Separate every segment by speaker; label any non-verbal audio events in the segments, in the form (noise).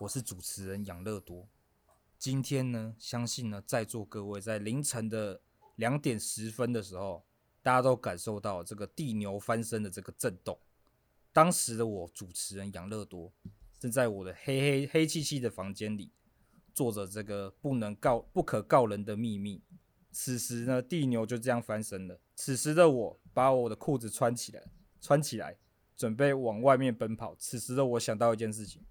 Speaker 1: 我是主持人养乐多。今天呢，相信呢，在座各位在凌晨的两点十分的时候，大家都感受到这个地牛翻身的这个震动。当时的我，主持人养乐多，正在我的黑黑黑漆漆的房间里，做着这个不能告、不可告人的秘密。此时呢，地牛就这样翻身了。此时的我把我的裤子穿起来，穿起来，准备往外面奔跑。此时的我想到一件事情：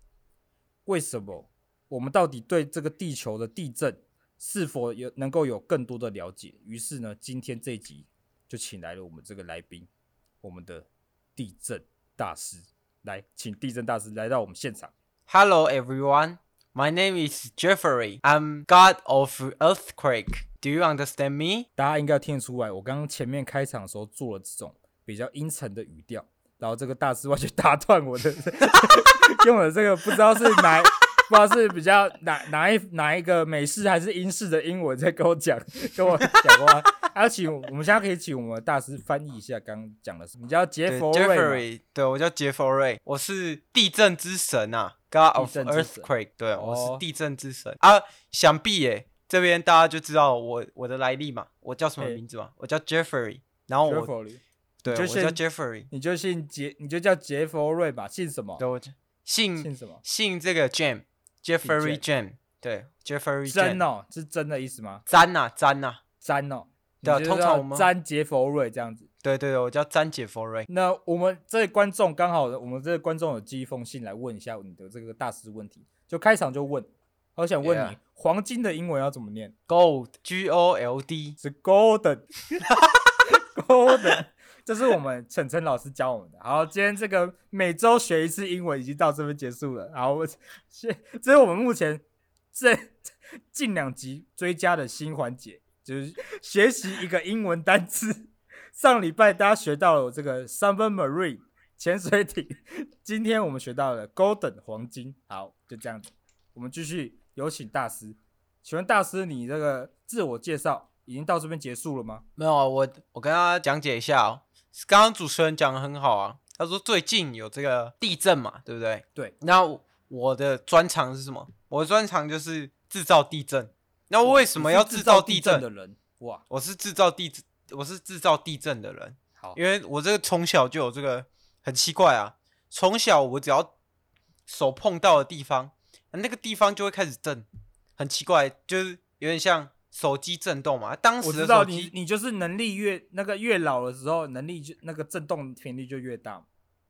Speaker 1: 为什么我们到底对这个地球的地震是否有能够有更多的了解？于是呢，今天这一集就请来了我们这个来宾，我们的地震大师。来，请地震大师来到我们现场。
Speaker 2: Hello everyone. My name is Jeffrey. I'm god of earthquake. Do you understand me?
Speaker 1: 大家应该听得出来，我刚刚前面开场的时候做了这种比较阴沉的语调，然后这个大师 (laughs) 完全打断我的， (laughs) 用了这个不知道是哪，不知道是比较哪哪一哪一个美式还是英式的英文在跟我讲，跟我讲话。还要请我们现在可以请我们的大师翻译一下刚刚讲的什么，你叫杰
Speaker 2: 对
Speaker 1: 佛瑞吗，
Speaker 2: Jeffrey，对我叫杰佛瑞，我是地震之神啊，God of
Speaker 1: 地震之神
Speaker 2: earthquake。对，我
Speaker 1: 哦
Speaker 2: 是地震之神啊。想必耶，这边大家就知道我我的来历嘛，我叫什么
Speaker 1: 哎
Speaker 2: 名字嘛？我叫 Jeffrey，然后
Speaker 1: 杰
Speaker 2: 我
Speaker 1: 佛瑞，
Speaker 2: 对
Speaker 1: 就
Speaker 2: 我
Speaker 1: 先
Speaker 2: 叫 Jeffrey，
Speaker 1: 你就姓杰，你就叫杰佛瑞吧，姓什么？
Speaker 2: 对我叫
Speaker 1: 姓
Speaker 2: 姓
Speaker 1: 什么？
Speaker 2: 姓这个 Jam Jeffrey Jam，对 Jeffrey
Speaker 1: 真
Speaker 2: Jam，
Speaker 1: 哦，是真的意思吗？
Speaker 2: 詹呐詹呐，
Speaker 1: 詹哦，
Speaker 2: 对啊
Speaker 1: 你就
Speaker 2: 通
Speaker 1: 叫
Speaker 2: 常我们
Speaker 1: 詹杰佛瑞这样子。
Speaker 2: 对对对，我叫詹杰佛瑞。
Speaker 1: 那我们这位观众刚好，我们这位观众有寄一封信来问一下你的这个大师问题，就开场就问，我想问你
Speaker 2: Yeah
Speaker 1: 黄金的英文要怎么念？
Speaker 2: Gold G O L D，
Speaker 1: 是 (laughs) golden，golden，这是我们晨晨老师教我们的。好，今天这个每周学一次英文已经到这边结束了。好，我这这是我们目前这近两集追加的新环节，就是学习一个英文单词。上礼拜大家学到了我这个 submarine 潜水艇，今天我们学到了 golden 黄金。好，就这样子，我们继续有请大师。请问大师，你这个自我介绍已经到这边结束了吗？
Speaker 2: 没有啊，我我跟大家讲解一下哦。刚刚主持人讲的很好啊，他说最近有这个地震嘛，对不对？
Speaker 1: 对。
Speaker 2: 那我我的专长是什么？我的专长就是制造地震。那我为什么要
Speaker 1: 你是
Speaker 2: 制
Speaker 1: 制
Speaker 2: 造
Speaker 1: 地
Speaker 2: 地震？
Speaker 1: 的人？哇，
Speaker 2: 我是制造地震，我是制造地震的人。
Speaker 1: 好
Speaker 2: 因为我这个从小就有这个很奇怪啊，从小我只要手碰到的地方，那个地方就会开始震，很奇怪，就是有点像手机震动嘛。当
Speaker 1: 我
Speaker 2: 时
Speaker 1: 知
Speaker 2: 的
Speaker 1: 道
Speaker 2: 手
Speaker 1: 你，
Speaker 2: 机，
Speaker 1: 你就是能力越那个越老的时候，能力就那个震动频率就越大嘛。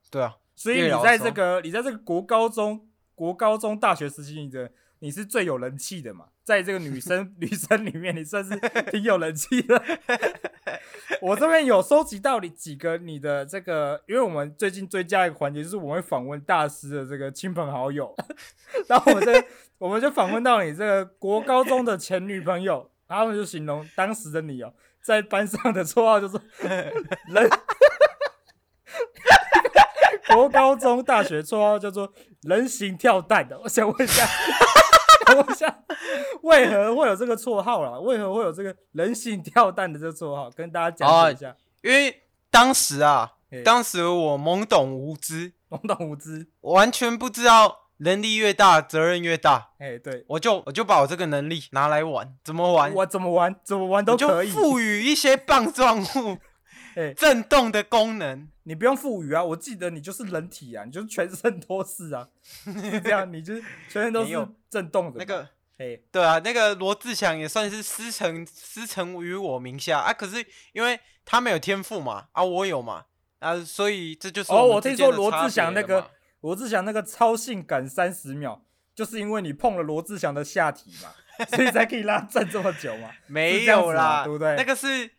Speaker 2: 对啊，
Speaker 1: 所以
Speaker 2: 越
Speaker 1: 你
Speaker 2: 老的
Speaker 1: 在
Speaker 2: 时
Speaker 1: 这
Speaker 2: 候
Speaker 1: 个你在这个国高中、国高中、大学时期你的你是最有人气的嘛，在这个女生 (laughs) 女生里面，你算是挺有人气的。 (laughs) 我这边有收集到你几个你的这个，因为我们最近追加一个环节，就是我们会访问大师的这个亲朋好友， (laughs) 然后我们这我们就访问到你这个国高中的前女朋友，然后他们就形容当时的你哦，在班上的绰号就是
Speaker 2: (laughs)
Speaker 1: 人。 (laughs) 国高中、大学绰号叫做“人形跳蛋”的，我想问一下，想问一下，为何会有这个绰号啦？为何会有这个“人形跳蛋”的这个绰号？跟大家讲
Speaker 2: 哦
Speaker 1: 解一下，
Speaker 2: 因为当时啊
Speaker 1: 嘿，
Speaker 2: 当时我懵懂无知，
Speaker 1: 懵懂无知。
Speaker 2: 我完全不知道能力越大责任越大，
Speaker 1: 哎，对，
Speaker 2: 我就我就把我这个能力拿来玩，怎么玩？
Speaker 1: 我怎么玩怎么玩都
Speaker 2: 我就
Speaker 1: 可以，
Speaker 2: 赋予一些棒状物
Speaker 1: (laughs) 哎
Speaker 2: 震动的功能。
Speaker 1: 你不用赋予啊。我记得你就是人体啊，你就是全身都是啊，是这样，你就是全身都
Speaker 2: 没
Speaker 1: 是
Speaker 2: 有
Speaker 1: 震动的嘛。
Speaker 2: 那个
Speaker 1: 哎，
Speaker 2: 对啊，那个罗志祥也算是师承师承于我名下啊，可是因为他没有天赋嘛，啊我有嘛，啊所以这就是
Speaker 1: 哦，
Speaker 2: 我
Speaker 1: 我
Speaker 2: 们之
Speaker 1: 听
Speaker 2: 间
Speaker 1: 说
Speaker 2: 的
Speaker 1: 罗
Speaker 2: 差
Speaker 1: 志祥那
Speaker 2: 别了
Speaker 1: 个
Speaker 2: 嘛
Speaker 1: 罗志祥那个超性感三十秒，就是因为你碰了罗志祥的下体
Speaker 2: (laughs)
Speaker 1: 嘛，所以才可以拉站这么久嘛。
Speaker 2: 没
Speaker 1: 是这样
Speaker 2: 有
Speaker 1: 子嘛
Speaker 2: 啦，
Speaker 1: 对不对
Speaker 2: 那个是，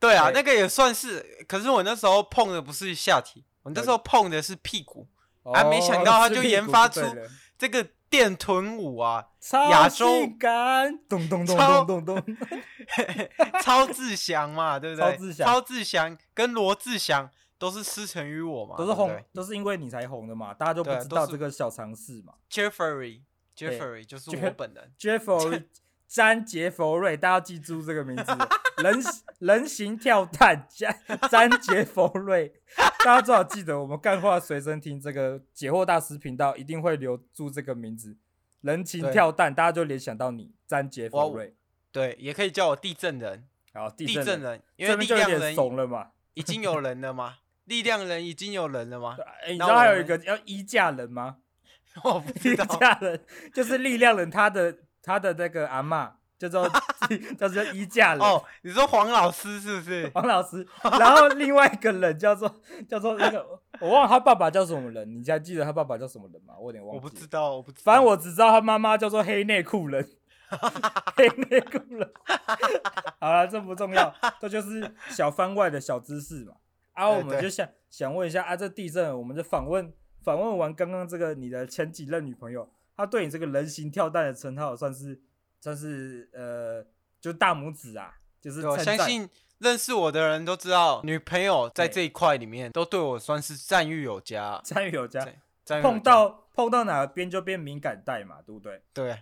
Speaker 2: 对啊，
Speaker 1: 对
Speaker 2: 那个也算是，可是我那时候碰的不是 (laughs) 下体，我那时候碰的是屁股，啊没想到他
Speaker 1: 吃
Speaker 2: 就
Speaker 1: 屁
Speaker 2: 研
Speaker 1: 股
Speaker 2: 发
Speaker 1: 对
Speaker 2: 出
Speaker 1: 了
Speaker 2: 这个电臀舞啊，
Speaker 1: 哦超
Speaker 2: 亚洲
Speaker 1: 性感，咚咚咚
Speaker 2: 超
Speaker 1: 咚咚
Speaker 2: (laughs)
Speaker 1: 咚， (laughs)
Speaker 2: 超志祥嘛，对不对？
Speaker 1: 超志祥
Speaker 2: 志祥跟罗志祥都是师承于我嘛，
Speaker 1: 都是
Speaker 2: 哦对不
Speaker 1: 红
Speaker 2: 对，
Speaker 1: 都是因为你才红的嘛，大家都不
Speaker 2: 对啊
Speaker 1: 知
Speaker 2: 都
Speaker 1: 道
Speaker 2: 是
Speaker 1: 这个小常识嘛。
Speaker 2: Jeffrey Jeffrey 就是我
Speaker 1: Jeff-
Speaker 2: 本
Speaker 1: (laughs)
Speaker 2: 人，
Speaker 1: Jeffrey 詹杰佛瑞，大家要记住这个名字，人人形跳蛋詹詹杰佛瑞，大家最好记得我们干话随身听这个解惑大师频道一定会留住这个名字，人形
Speaker 2: 对
Speaker 1: 跳蛋，大家就联想到你詹杰佛瑞。
Speaker 2: 对，也可以叫我地震人，
Speaker 1: 好，地
Speaker 2: 地
Speaker 1: 震
Speaker 2: 震
Speaker 1: 人，
Speaker 2: 人，因为
Speaker 1: 这
Speaker 2: 力
Speaker 1: 边就有
Speaker 2: 量
Speaker 1: 点
Speaker 2: 人
Speaker 1: 怂了嘛。
Speaker 2: (laughs) 已经有人了嘛，力量人已经有人了嘛
Speaker 1: 对，哎，你知
Speaker 2: 那
Speaker 1: 道
Speaker 2: 我
Speaker 1: 还有一
Speaker 2: 们
Speaker 1: 个叫衣架人吗？
Speaker 2: (laughs) 我不 (laughs) 知
Speaker 1: 力
Speaker 2: 道，
Speaker 1: (laughs) 量人就是力量人，他的他的那个阿嬷叫
Speaker 2: (laughs)
Speaker 1: 做叫做衣架人。
Speaker 2: 哦，你说黄老师是
Speaker 1: (laughs)
Speaker 2: 不是？
Speaker 1: 黄老师，然后另外一个人叫做 (laughs) 叫做那个，我忘了他爸爸叫什么人，你还记得他爸爸叫什么人吗？我有点忘记。
Speaker 2: 我不知，道，我不知道。
Speaker 1: 反正我只知道他妈妈叫做黑内裤人， (laughs) 黑内裤人。 (laughs) 好了，这不重要，这就是小番外的小知识嘛。啊，
Speaker 2: 对
Speaker 1: 我们
Speaker 2: 对
Speaker 1: 就想想问一下啊，这地震，我们就访问访问完刚刚这个你的前几任女朋友，她对你这个人形跳蛋的称号算是算是呃，就大拇指啊，就是
Speaker 2: 对我
Speaker 1: 称
Speaker 2: 相
Speaker 1: 赞
Speaker 2: 信认识我的人都知道，女朋友在
Speaker 1: 对
Speaker 2: 这一块里面都对我算是赞誉有加，
Speaker 1: 参与有加。
Speaker 2: 赞誉有
Speaker 1: 碰
Speaker 2: 加
Speaker 1: 到碰到哪边就变敏感带嘛，对不对？
Speaker 2: 对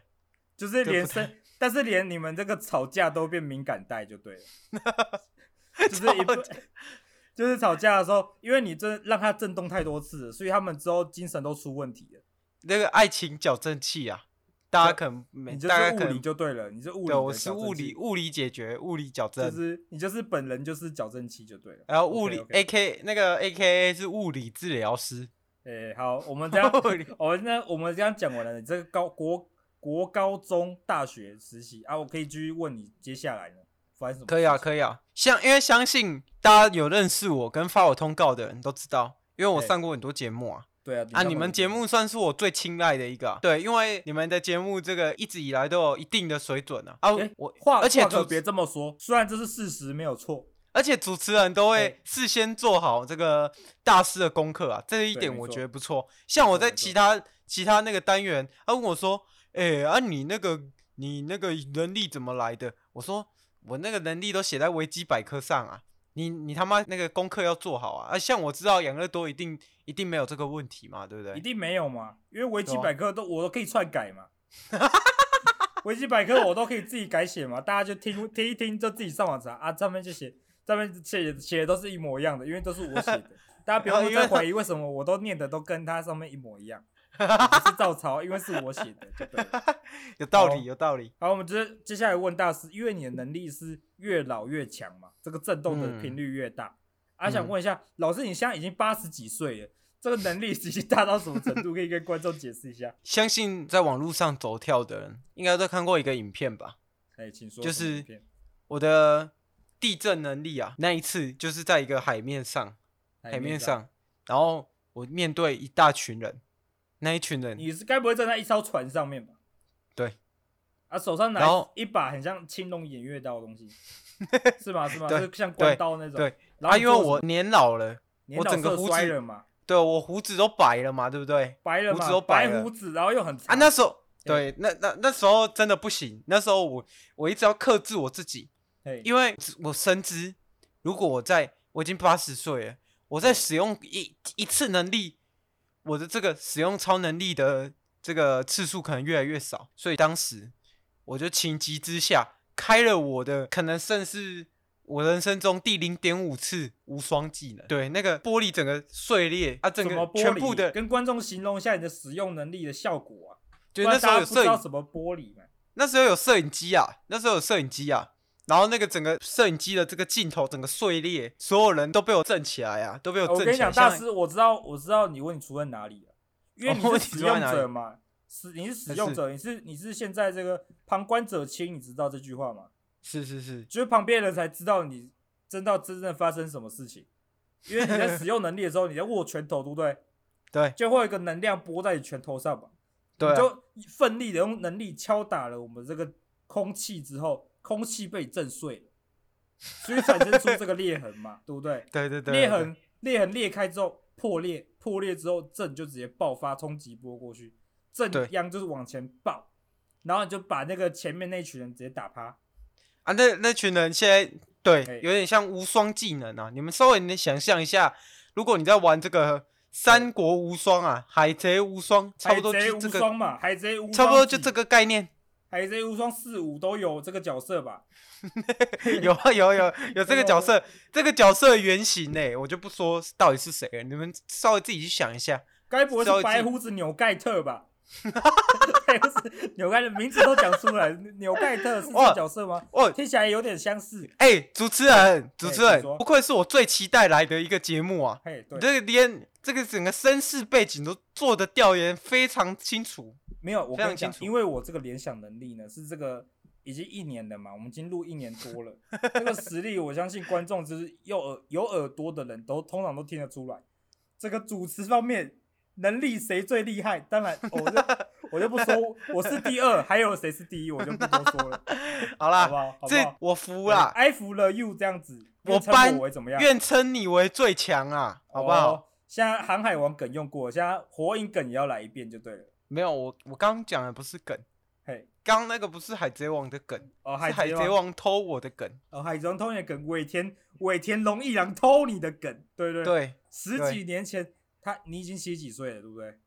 Speaker 1: 就是
Speaker 2: 对
Speaker 1: 连
Speaker 2: 不对
Speaker 1: 生，但是连你们这个吵架都变敏感带就
Speaker 2: (laughs)
Speaker 1: 对了，就是一
Speaker 2: 吵
Speaker 1: 不就是吵架的时候，因为你真的让他震动太多次了，所以他们之后精神都出问题了。
Speaker 2: 那个爱情矫正器啊，大家可能没，
Speaker 1: 你就是
Speaker 2: 大家可
Speaker 1: 物理
Speaker 2: 能
Speaker 1: 就对了，你是物理
Speaker 2: 对
Speaker 1: 的
Speaker 2: 我是
Speaker 1: 矫正
Speaker 2: 物
Speaker 1: 器
Speaker 2: 理，物理解决物理矫
Speaker 1: 就
Speaker 2: 正，
Speaker 1: 是你就是本人就是矫正器就对了。
Speaker 2: 然后物
Speaker 1: OK，
Speaker 2: 理
Speaker 1: OK
Speaker 2: A K 那个 A K A 是物理治疗师，
Speaker 1: 诶、好，我们这样
Speaker 2: (laughs) 物理，
Speaker 1: 我们那我们这样讲完了，你这个高国国高中大学实习啊，我可以继续问你接下来呢，发生什么？
Speaker 2: 可以啊，
Speaker 1: 以。
Speaker 2: 可以啊，像因为相信大家有认识我跟发我通告的人都知道，因为我
Speaker 1: 对
Speaker 2: 上过很多节目啊。
Speaker 1: 对啊，
Speaker 2: 啊，
Speaker 1: 上
Speaker 2: 你
Speaker 1: 过
Speaker 2: 们节目算是我最青睐的一个啊、对，因为你们的节目这个一直以来都有一定的水准啊。啊，
Speaker 1: 诶
Speaker 2: 我
Speaker 1: 话
Speaker 2: 而且
Speaker 1: 话
Speaker 2: 主
Speaker 1: 可别这么说，虽然这是事实没有错，
Speaker 2: 而且主持人都
Speaker 1: 对
Speaker 2: 会事先做好这个大师的功课啊，这一
Speaker 1: 对
Speaker 2: 点
Speaker 1: 没
Speaker 2: 我
Speaker 1: 错
Speaker 2: 觉得不错。像我
Speaker 1: 错
Speaker 2: 在
Speaker 1: 没
Speaker 2: 其
Speaker 1: 错
Speaker 2: 他其他那个单元，他、问我说：“哎、啊你那个你那个能力怎么来的？”我说：“我那个能力都写在维基百科上啊，你你他妈那个功课要做好啊！”啊，像我知道养乐多一定一定没有这个问题嘛，对不
Speaker 1: 一
Speaker 2: 对？
Speaker 1: 定没有嘛，因为维基
Speaker 2: 对啊
Speaker 1: 百科都我都可以篡改
Speaker 2: (laughs)
Speaker 1: 嘛，维基百科我都可以自己改写嘛，大家就听听一听就自己上网查啊，上面就写上面写写的都是一模一样的，因为都是我写的，大家不要
Speaker 2: 哦因为
Speaker 1: 再怀疑为什么我都念的都跟它上面一模一
Speaker 2: (laughs)
Speaker 1: 样，我不是照抄，因为是我写的，就对了。
Speaker 2: 有道
Speaker 1: 哦
Speaker 2: 理，有道理。
Speaker 1: 好，我们接接下来问大师，因为你的能力是越老越强嘛，这个震动的频
Speaker 2: 嗯
Speaker 1: 率越大。啊，想问一下，老师，你现在已经八十几岁了，这个能力已经大到什么程度？可以跟观众解释一下？
Speaker 2: 相信在网络上走跳的人，应该都看过一个影片吧？
Speaker 1: 哎，请说。
Speaker 2: 就是我的地震能力啊，那一次就是在一个海面上，
Speaker 1: 哎
Speaker 2: 海面，上，然后我面对一大群人，那一群人
Speaker 1: 你是该不会站在一艘船上面吧？
Speaker 2: 对。
Speaker 1: 啊，手上拿
Speaker 2: 然后
Speaker 1: 一把很像青龙偃月刀的
Speaker 2: (laughs)
Speaker 1: 东西，是吗？是吗？
Speaker 2: 对
Speaker 1: 就像关刀那种。
Speaker 2: 对，
Speaker 1: 然后
Speaker 2: 啊，
Speaker 1: 你
Speaker 2: 因
Speaker 1: 做
Speaker 2: 为
Speaker 1: 什么
Speaker 2: 我年老了，
Speaker 1: 年
Speaker 2: 我
Speaker 1: 老
Speaker 2: 整个
Speaker 1: 色
Speaker 2: 胡
Speaker 1: 衰
Speaker 2: 子
Speaker 1: 了嘛，
Speaker 2: 对我胡子都白了嘛，对不对？
Speaker 1: 白了
Speaker 2: 胡
Speaker 1: 嘛，
Speaker 2: 子都白
Speaker 1: 白
Speaker 2: 了
Speaker 1: 胡子，然后又很
Speaker 2: 啊，
Speaker 1: 长。
Speaker 2: 那时候
Speaker 1: 对
Speaker 2: 对，那那那时候真的不行，那时候我我一直要克制我自己，
Speaker 1: 嘿
Speaker 2: 因为我深知，如果我在我已经八十岁了，我
Speaker 1: 嗯
Speaker 2: 在使用一一次能力，我的这个使用超能力的这个次数可能越来越少，所以当时我就情急之下开了我的可能甚是我人生中第零点五次无双技能，对，那个玻璃整个碎裂啊，整
Speaker 1: 什么
Speaker 2: 个
Speaker 1: 玻璃
Speaker 2: 全部的，
Speaker 1: 跟观众形容一下你的使用能力的效果啊。
Speaker 2: 就
Speaker 1: 不然
Speaker 2: 那时候
Speaker 1: 大家
Speaker 2: 有
Speaker 1: 不
Speaker 2: 摄
Speaker 1: 知
Speaker 2: 影
Speaker 1: 道什么玻璃嘛，
Speaker 2: 那时候有摄影机啊，那时候有摄影机啊，然后那个整个摄影机的这个镜头整个碎裂，所有人都被我震起来啊，都被我
Speaker 1: 哦我
Speaker 2: 震
Speaker 1: 跟你
Speaker 2: 起来。
Speaker 1: 讲，大
Speaker 2: 像
Speaker 1: 师，我知道，我知道你问你出在哪里了，因为
Speaker 2: 哦
Speaker 1: 你
Speaker 2: 问
Speaker 1: 是
Speaker 2: 题
Speaker 1: 使
Speaker 2: 出在
Speaker 1: 用
Speaker 2: 哪
Speaker 1: 者
Speaker 2: 里
Speaker 1: 嘛，使你是使用者，你是你是现在这个旁观者清，你知道这句话吗？
Speaker 2: 是是是，
Speaker 1: 就是旁边人才知道你真到真正发生什么事情，因为你在使用能力的时候，你在握拳头，对不对？
Speaker 2: 对
Speaker 1: 就会有一个能量拨在你拳头上嘛，
Speaker 2: 对啊、
Speaker 1: 你就奋力的用能力敲打了我们这个空气之后，空气被震碎了，所以产生出这个裂痕嘛，对不对？
Speaker 2: 对对对，
Speaker 1: 裂
Speaker 2: 对
Speaker 1: 痕裂痕裂开之后破裂，破裂之后震就直接爆发冲击波过去，正
Speaker 2: 对
Speaker 1: 央就是往前抱，然后你就把那个前面那群人直接打趴。
Speaker 2: 啊，那那群人现在对
Speaker 1: 嘿
Speaker 2: 有点像无双技能啊。你们稍微能想象一下，如果你在玩这个《三国无双》啊，《海贼无双》，差不多就
Speaker 1: 海贼
Speaker 2: 是
Speaker 1: 无
Speaker 2: 这个，
Speaker 1: 双嘛，海贼无双
Speaker 2: 差不多就这
Speaker 1: 几
Speaker 2: 个概
Speaker 1: (laughs)
Speaker 2: 念。
Speaker 1: 海贼无双四五都有这个角色吧？
Speaker 2: 有啊有有有这个角
Speaker 1: 哦
Speaker 2: 色，这个角色的原型呢、我就不说到底是谁了，你们稍微自己去想一下。
Speaker 1: 该不会
Speaker 2: 稍微
Speaker 1: 是白
Speaker 2: 记
Speaker 1: 胡子纽盖特吧？白胡子纽盖特名字都讲出来，纽盖特是这
Speaker 2: 哇
Speaker 1: 个角色吗？
Speaker 2: 哦，
Speaker 1: 听起来有点相似。
Speaker 2: 哎、主持人，主持人
Speaker 1: 请，说
Speaker 2: 不愧是我最期待来的一个节目啊！
Speaker 1: 嘿，对
Speaker 2: 你，这个连这个整个身世背景都做的调研非常清楚。
Speaker 1: 没有，我跟
Speaker 2: 非常
Speaker 1: 你讲
Speaker 2: 清，楚
Speaker 1: 因为我这个联想能力呢，是这个已经一年了嘛，我们已经录一年多了， (laughs) 这个实力我相信观众就是有耳有耳朵的人都通常都听得出来。这个主持方面能力谁最厉害？当
Speaker 2: (laughs)
Speaker 1: 然，哦我就我就不说我是第二，还有谁是第一，我就不多说了，
Speaker 2: 好
Speaker 1: 好不
Speaker 2: 啦，
Speaker 1: 好？好不
Speaker 2: 这
Speaker 1: 好？
Speaker 2: 我服啦，
Speaker 1: 哎，I 服了 you 这样子，
Speaker 2: 啊我
Speaker 1: 愿称
Speaker 2: 班
Speaker 1: 我为怎么样？
Speaker 2: 愿称你为最强啊，好不好？
Speaker 1: 哦？现在航海王梗用过，现在火影梗也要来一遍就对了。
Speaker 2: 没有，我我刚刚讲的不是梗，
Speaker 1: 嘿，
Speaker 2: 刚刚那个不是海贼王的梗，
Speaker 1: 哦，
Speaker 2: 是海贼王偷我的梗。
Speaker 1: 哦，海贼王偷你的梗，尾田尾田荣一郎偷你的梗，对对对，
Speaker 2: 对
Speaker 1: 十
Speaker 2: 对
Speaker 1: 几年前他你已经七几岁了，对不对？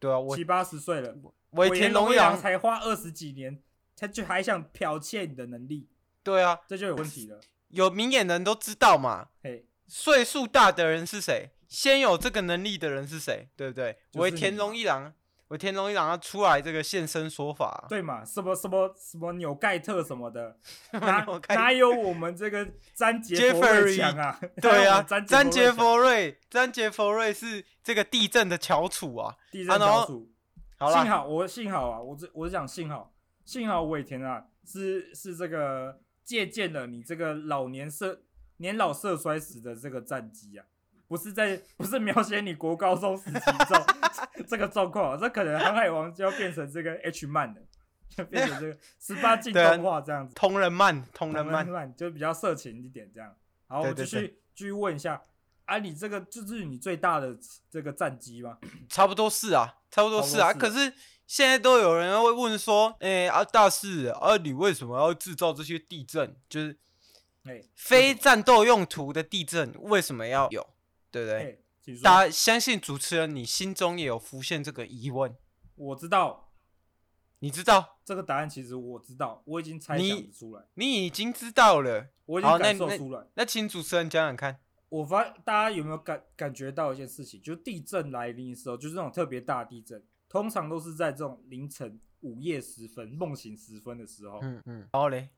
Speaker 2: 对啊，我
Speaker 1: 七八十岁了，
Speaker 2: 尾田
Speaker 1: 荣
Speaker 2: 荣
Speaker 1: 一郎
Speaker 2: 阳，
Speaker 1: 才花二十几年，他就还想剽窃你的能力，
Speaker 2: 对啊，
Speaker 1: 这就有问题了。
Speaker 2: 有明眼人都知道嘛，
Speaker 1: 嘿，
Speaker 2: 岁数大的人是谁，先有这个能力的人是谁，对不对？
Speaker 1: 就是
Speaker 2: 尾
Speaker 1: 你
Speaker 2: 田荣一郎，尾田荣一郎他出来这个现身说法啊，
Speaker 1: 对嘛？什么什么什么纽盖特什么
Speaker 2: (laughs)
Speaker 1: 的，哪
Speaker 2: 纽盖特
Speaker 1: 哪有我们这个詹杰佛瑞
Speaker 2: Jeffrey
Speaker 1: 强啊？
Speaker 2: (laughs)
Speaker 1: (laughs)
Speaker 2: 对啊，
Speaker 1: 詹
Speaker 2: 詹
Speaker 1: 佛瑞
Speaker 2: 杰
Speaker 1: 强
Speaker 2: 佛瑞，詹杰佛瑞是这个地震的翘楚啊。
Speaker 1: 地
Speaker 2: 啊
Speaker 1: 震
Speaker 2: 然后
Speaker 1: 小组。
Speaker 2: 好
Speaker 1: 幸
Speaker 2: 啦，
Speaker 1: 好我幸好啊，我这我是讲幸好，幸好尾田啊是是这个借鉴了你这个老年社年老色衰时的这个战绩啊，不是在不是描写你国高中时期 (laughs) 这这个状况啊、这可能航海王就要变成这个 H 漫了，就变成这个十八禁
Speaker 2: 对啊
Speaker 1: 动画这样子，
Speaker 2: 同人漫，同人漫
Speaker 1: 慢，慢就比较色情一点这样。好，
Speaker 2: 对
Speaker 1: 我
Speaker 2: 对
Speaker 1: 继续继续问一下，啊，你这个就是你最大的这个战绩吗？
Speaker 2: 差不多是啊，差不多是啊。
Speaker 1: 差不多
Speaker 2: 可是现在都有人会问说，哎、啊大四啊，你为什么要制造这些地震？就是
Speaker 1: 哎
Speaker 2: 非战斗用途的地震为什么要有？对不对？
Speaker 1: 哎，请说。
Speaker 2: 大家相信主持人，你心中也有浮现这个疑问，
Speaker 1: 我知道，
Speaker 2: 你知道，
Speaker 1: 这个答案其实我知道，我已经猜想得出来，
Speaker 2: 你已经知道了。
Speaker 1: 我已经
Speaker 2: 好那
Speaker 1: 感受
Speaker 2: 那
Speaker 1: 出来。
Speaker 2: 那请主持人讲讲看。
Speaker 1: 我发大家有没有感感觉到一件事情，就是地震来临的时候，就是那种特别大的地震，通常都是在这种凌晨午夜时分、梦醒时分的时候。
Speaker 2: 嗯嗯，好嘞，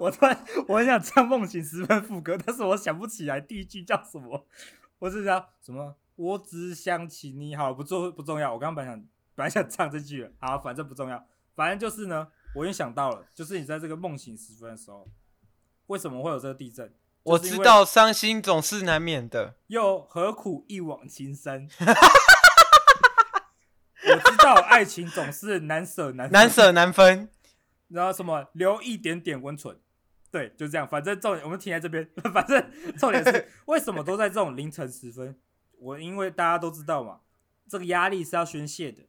Speaker 1: 我突然我很想唱《梦醒时分》副歌，但是我想不起来第一句叫什么。我只想什么？我只想起你好，不重不重要。我刚刚本来想本来想唱这句了，好，反正不重要。反正就是呢，我已经想到了，就是你在这个梦醒时分的时候，为什么会有这个地震？
Speaker 2: 我
Speaker 1: 就是因
Speaker 2: 知
Speaker 1: 为
Speaker 2: 道伤心总是难免的。
Speaker 1: 又何苦一往情深？ (laughs) 我知道爱情总是难舍难
Speaker 2: 难舍难分。
Speaker 1: 然后什么留一点点温存，对，就这样。反正重点我们停在这边， (laughs) 反正重点
Speaker 2: (laughs)
Speaker 1: 是为什么都在这种凌晨时分？我因为大家都知道嘛，这个压力是要宣泄的。